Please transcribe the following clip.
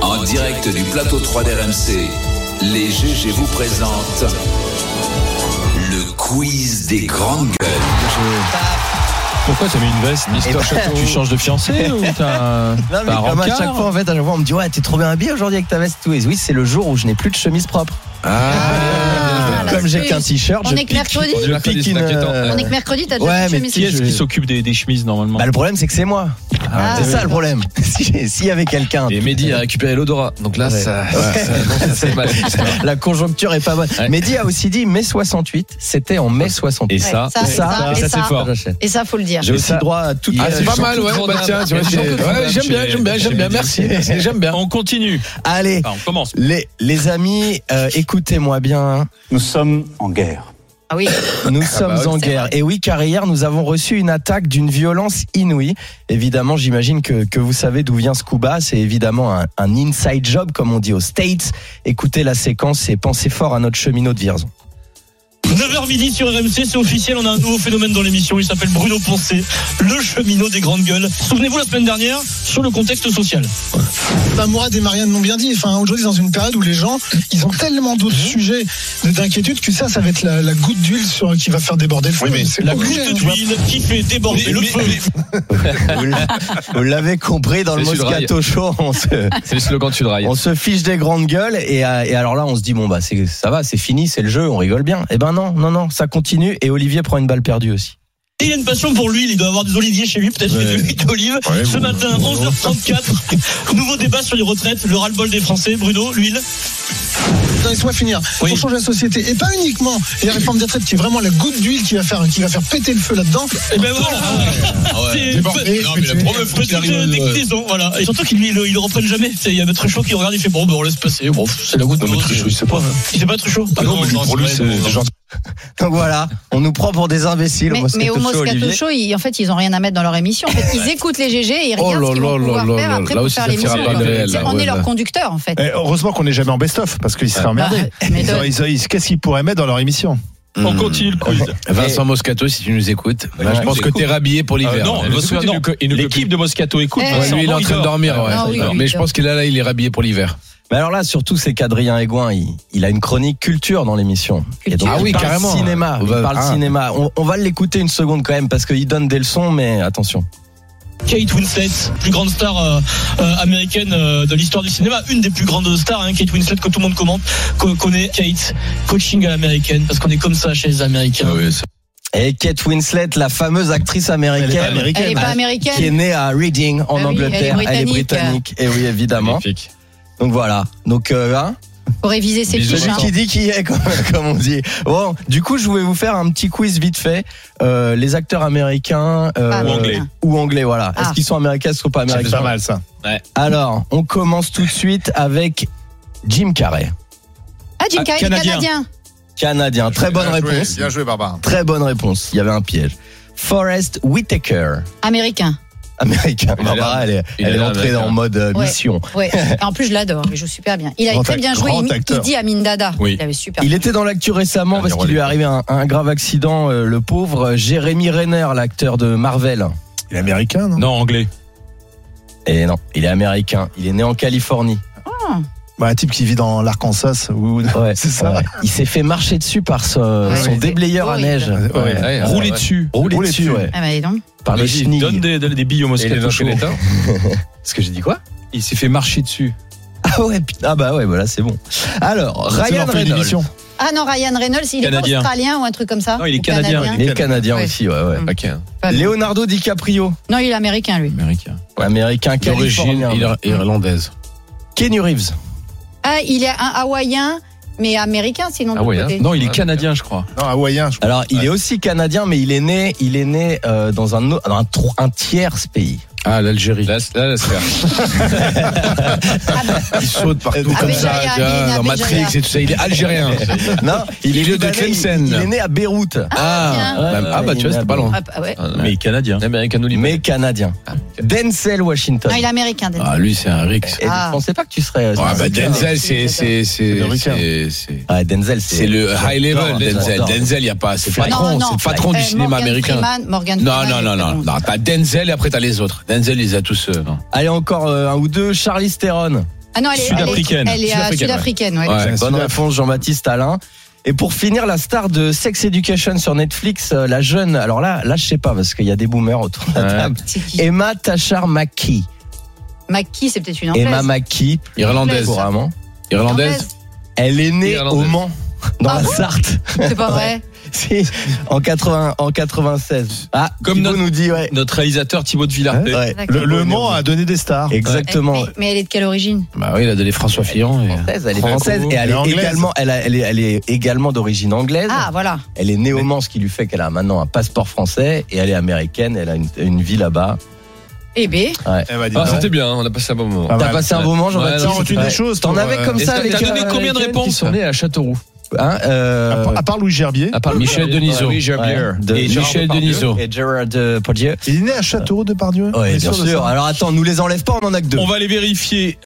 En direct du plateau 3 d'RMC, les GG vous présentent le quiz des grandes gueules. Pourquoi t'as mis une veste, Eh Mister ben, Château Tu changes de fiancé ou t'as un Non mais t'as un comme à rencard chaque fois en fait à chaque fois, on me dit ouais t'es trop bien habillé aujourd'hui avec ta veste et tout et oui c'est le jour où je n'ai plus de chemise propre Ah, comme j'ai oui. qu'un t-shirt On je est que pique mercredi. On est je mercredi, pique c'est une inquiétant. euh, On est que mercredi, t'as Ouais, déjà mais une chemise. Qui est-ce je- qui s'occupe des, des chemises normalement bah le problème c'est que c'est moi Ah. c'est ça le problème Si j'ai- s'il y avait quelqu'un Et Mehdi euh, a récupéré l'odorat. Donc là, Ouais. ça, ça- c'est mal. la conjoncture est pas bonne Ouais. Mehdi a aussi dit mai 68 c'était en mai 68 Et ça, ça, et ça, et ça, c'est fort. j'achète. Et ça, faut le dire. j'ai aussi droit à toute Ah, euh, c'est pas mal, ouais. Bah, tiens, tu vois, c'est- ouais, j'aime bien, j'aime bien, j'aime bien. Merci, merci, j'aime bien. On continue. allez Enfin, on commence. les, les amis, euh, écoutez-moi bien. hein. Nous sommes en guerre. Ah oui. Nous sommes oui, en c'est guerre. vrai. Et bah oui, car hier, nous avons reçu une attaque d'une violence inouïe. Évidemment, j'imagine que, que vous savez d'où vient ce coup bas. C'est évidemment un, un inside job, comme on dit aux States. Écoutez la séquence et pensez fort à notre cheminot de Vierzon. 9h midi sur RMC, c'est officiel, on a un nouveau phénomène dans l'émission, il s'appelle Bruno Poncet, le cheminot des grandes gueules. Souvenez-vous la semaine dernière sur le contexte social. Bah, Mourad et Marianne l'ont bien dit. Enfin, aujourd'hui, dans une période où les gens, ils ont tellement d'autres Mhm. sujets de- d'inquiétude que ça, ça va être la, la goutte d'huile sur- qui va faire déborder le feu. C'est La obligé, goutte hein, tu vois. d'huile qui fait déborder le feu. Vous l- vous l'avez compris, dans le C'est sur le Moscato Show, on se, C'est le slogan de Sudrail. on se fiche des grandes gueules. Et, euh, et alors là, on se dit, bon, bah, c'est- ça va, c'est fini, c'est le jeu, on rigole bien. Eh ben non, non, non, ça continue. Et Olivier prend une balle perdue aussi. Et il a une passion pour l'huile, il doit avoir des oliviers chez lui, peut-être des huiles d'olive. Ce matin, 11h34, nouveau débat sur les retraites, le ras-le-bol des Français. Bruno, l'huile, Non, Laisse-moi finir. Oui. Pour changer la société. Et pas uniquement la réforme des retraites qui est vraiment la goutte d'huile qui va faire, qui va faire péter le feu là-dedans. Ah et ben voilà C'est petite euh, déclinaison, voilà. Et surtout qu'il ne le reprenne jamais. C'est- Il y a Maître Chaud qui regarde, il fait bon, ben on laisse passer. Bon, c'est la goutte Non, d'huile. Maître Chaud, il sait pas. Il sait pas trop chaud. Ah non, mais lui, pour lui, c'est des gens. Donc voilà, on nous prend pour des imbéciles Mais, au Moscato mais au Show, Moscato Olivier. Show, ils, en fait, ils ont rien à mettre dans leur émission. En fait, ils écoutent les GG et ils Oh regardent là ce qu'ils là vont là pouvoir là faire là après là pour aussi, faire ça tira l'émission. pas le réel, C'est- là, On est ouais, leur là. conducteur, en fait. Eh, heureusement qu'on n'est jamais en best-of parce qu'ils seraient emmerdés. Bah, mais Ils de- auraient- ils auraient- ils- Qu'est-ce qu'ils pourraient mettre dans leur émission On continue Ah le quiz. Vincent Moscato, si tu nous écoutes, bah, Ouais. je pense que t'es rhabillé pour Euh, l'hiver. non, Ouais, le parce que Moscato, tu- il nous co- il nous l'équipe de Moscato écoute. Eh, Ouais, Vincent, lui, il est en il train de dort. dormir. ouais. Ah oui, Non, oui, mais il je dort. pense qu'il est là, il est rhabillé pour l'hiver. Mais alors là, surtout, c'est qu'Adrien Aigouin, il, il a une chronique culture dans l'émission. Et donc, Ah oui, il parle carrément. Cinéma, On il va- parle ah. cinéma. On, on va l'écouter une seconde quand même parce qu'il donne des leçons, mais attention. Kate Winslet, plus grande star euh, euh, américaine euh, de l'histoire du cinéma, une des plus grandes stars, hein, Kate Winslet que tout le monde commente, co- connaît Kate, coaching à l'américaine, parce qu'on est comme ça chez les Américains. Et Kate Winslet, la fameuse actrice américaine, Elle n'est pas américaine. qui est née à Reading en Ah oui, Angleterre. elle est britannique. Et oui, évidemment. Magnifique. Donc voilà. Donc, euh, hein, Faut réviser ses Bisous, fiches. hein. qui dit qui est, comme, comme on dit. Bon, du coup, je voulais vous faire un petit quiz vite fait. Euh, les acteurs américains euh, Pas Ou anglais. ou anglais, voilà. Ah. Est-ce qu'ils sont américains, est-ce qu'ils sont pas Ah, C'est américains pas mal ça. Alors, on commence tout de suite avec Jim Carrey, Ah, Jim Carrey, il est Canadien. canadien. canadien. Très bonne Bien joué, réponse. Bien joué, Barbara. Très bonne réponse. Il y avait un piège. Forrest Whitaker, Américain. américain. Il a l'air- Barbara, elle est, il a elle est l'air entrée en américain. mode euh, Ouais. mission. Ouais. Et en plus, je l'adore. Il joue super bien. Il a Grand très bien ac- joué. grand Il, il acteur. dit Amin Dada. Oui. Il avait super. Il était dans l'actu récemment parce qu'il lui est arrivé un, un grave accident. euh, le pauvre Jérémy Renner, l'acteur de Marvel. Il est américain, non Non, anglais. Et non, il est américain. Il est né en Californie. bah, Un type qui vit dans l'Arkansas. ou- Ouais, C'est ça. ouais. Il s'est fait marcher dessus par son, Ouais, son c'est déblayeur à horrible. neige. Ouais, ouais. Ouais, Rouler ouais. dessus. Roulé Roulé dessus, dessus. ouais. Ah, bah, dis donc. Par les Vas-y, chenilles. Donne des, donne des billes au Et il Moscato est dans Show. quel état Ce que j'ai dit quoi Il s'est fait marcher dessus. Ah ouais, putain. ah bah ouais, voilà, c'est bon. Alors, Ça Ryan leur fait une Reynolds. émission. Ah non, Ryan Reynolds, il est Canadien. australien ou un truc comme ça. Non, il est Ou canadien, Il est canadien Ouais. aussi, ouais, ouais. Mm. Ok. Pas bien. Leonardo DiCaprio, Non, il est américain, lui. Américain. américain D'origine californien. ir- irlandaise. Kenny Reeves. Ah, il est un hawaïen, mais américain, sinon. de l'autre Hawaïen. côté. Non, il est Ouais, canadien, je crois. Non, hawaïen. je crois. Alors, il est aussi canadien, mais il est né, il est né euh, dans un, autre- dans un, tro- un tiers pays. Ah, l'Algérie. Là, là, là, c'est clair. Il saute partout Ah, comme mais ça, Jaya, tu vois, il est né à dans Matrix Béjaïa. et tout ça. Il est algérien. hein. Non, il est Milieu de libanais, il- Tlemcen. Il est né à Beyrouth. Ah, tiens. bah, ah, bah, tu vois, c'était pas loin. Ah, bah, ouais. Mais canadien. Mais canadien. Denzel Washington. Non, il est américain. Denzel. Ah, lui, c'est un Rix. Et Ah. Je pensais pas que tu serais. euh, Ah, bah, sur- Denzel, c'est, c'est, c'est, Américain. c'est, c'est- Ouais, Ah, Denzel, c'est. c'est le high level, J'adore, Denzel. j'adore. Denzel, y a pas, c'est Non, pas patron, non. c'est le patron du Euh, cinéma Morgan américain. Freeman, Morgan Non, non, Freeman, non, non, c'est bon. non. T'as Denzel et après t'as les autres. Denzel, il les a tous, euh, non. Allez, encore euh, un ou deux. Charlie Theron. Ah non, elle est Sud-africaine. Elle est, elle est, euh, Sud-africaine, sud-africaine, ouais. Ouais, bonne Sud-Afrique. réponse, Jean-Baptiste Alain. Et pour finir, la star de Sex Education sur Netflix, euh, la jeune, alors là, là, je sais pas, parce qu'il y a des boomers autour de la Ouais. table. C'est qui Emma Tachar Maki. Maki, c'est peut-être une anglaise. Emma Maki, Irlandaise. couramment. Irlandaise. Elle est née Irlandaise. au Mans, dans Ah la bon Sarthe, C'est pas vrai. si, en, 80, en 96. Ah, Comme Thibaut notre- nous dit, ouais. Notre réalisateur Thibaut de Villard. ouais. D'accord. Eh, Le, le Mans a donné des stars. Exactement. Mais, mais elle est de quelle origine Bah oui, il a donné François Fillon. et- euh, Française, elle est Franco. française et elle Elle est est anglaise. également, elle, a- elle est, elle est également d'origine anglaise. Ah, voilà. Elle est née au Mans, ce qui lui fait qu'elle a maintenant un passeport français et elle est américaine. Elle a une, une vie là-bas. Eh B. Eh ben, dis Ah, donc. c'était bien, hein, on a passé un bon moment. Ah Pas T'as mal. passé un bon moment, Ouais, Jean-Baptiste. non, Tiens, tu- une des choses. T'en toi, avais euh, comme Est-ce ça que avec. t'as donné euh, combien de avec elle réponses qui sont nées à Châteauroux. Hein, euh, À part- à part Louis Gerbier. À part Michel Denisot. Oui, j'ai ouais, oublié. de- Et Gérard Michel Depardieu Denisot. Et Gérard euh, Depardieu. Il hein, est né à Châteauroux de Pardieu. Ouais, T'es bien sûr de sûr. ça Alors attends, nous les enlève pas, on en a que deux. On va aller vérifier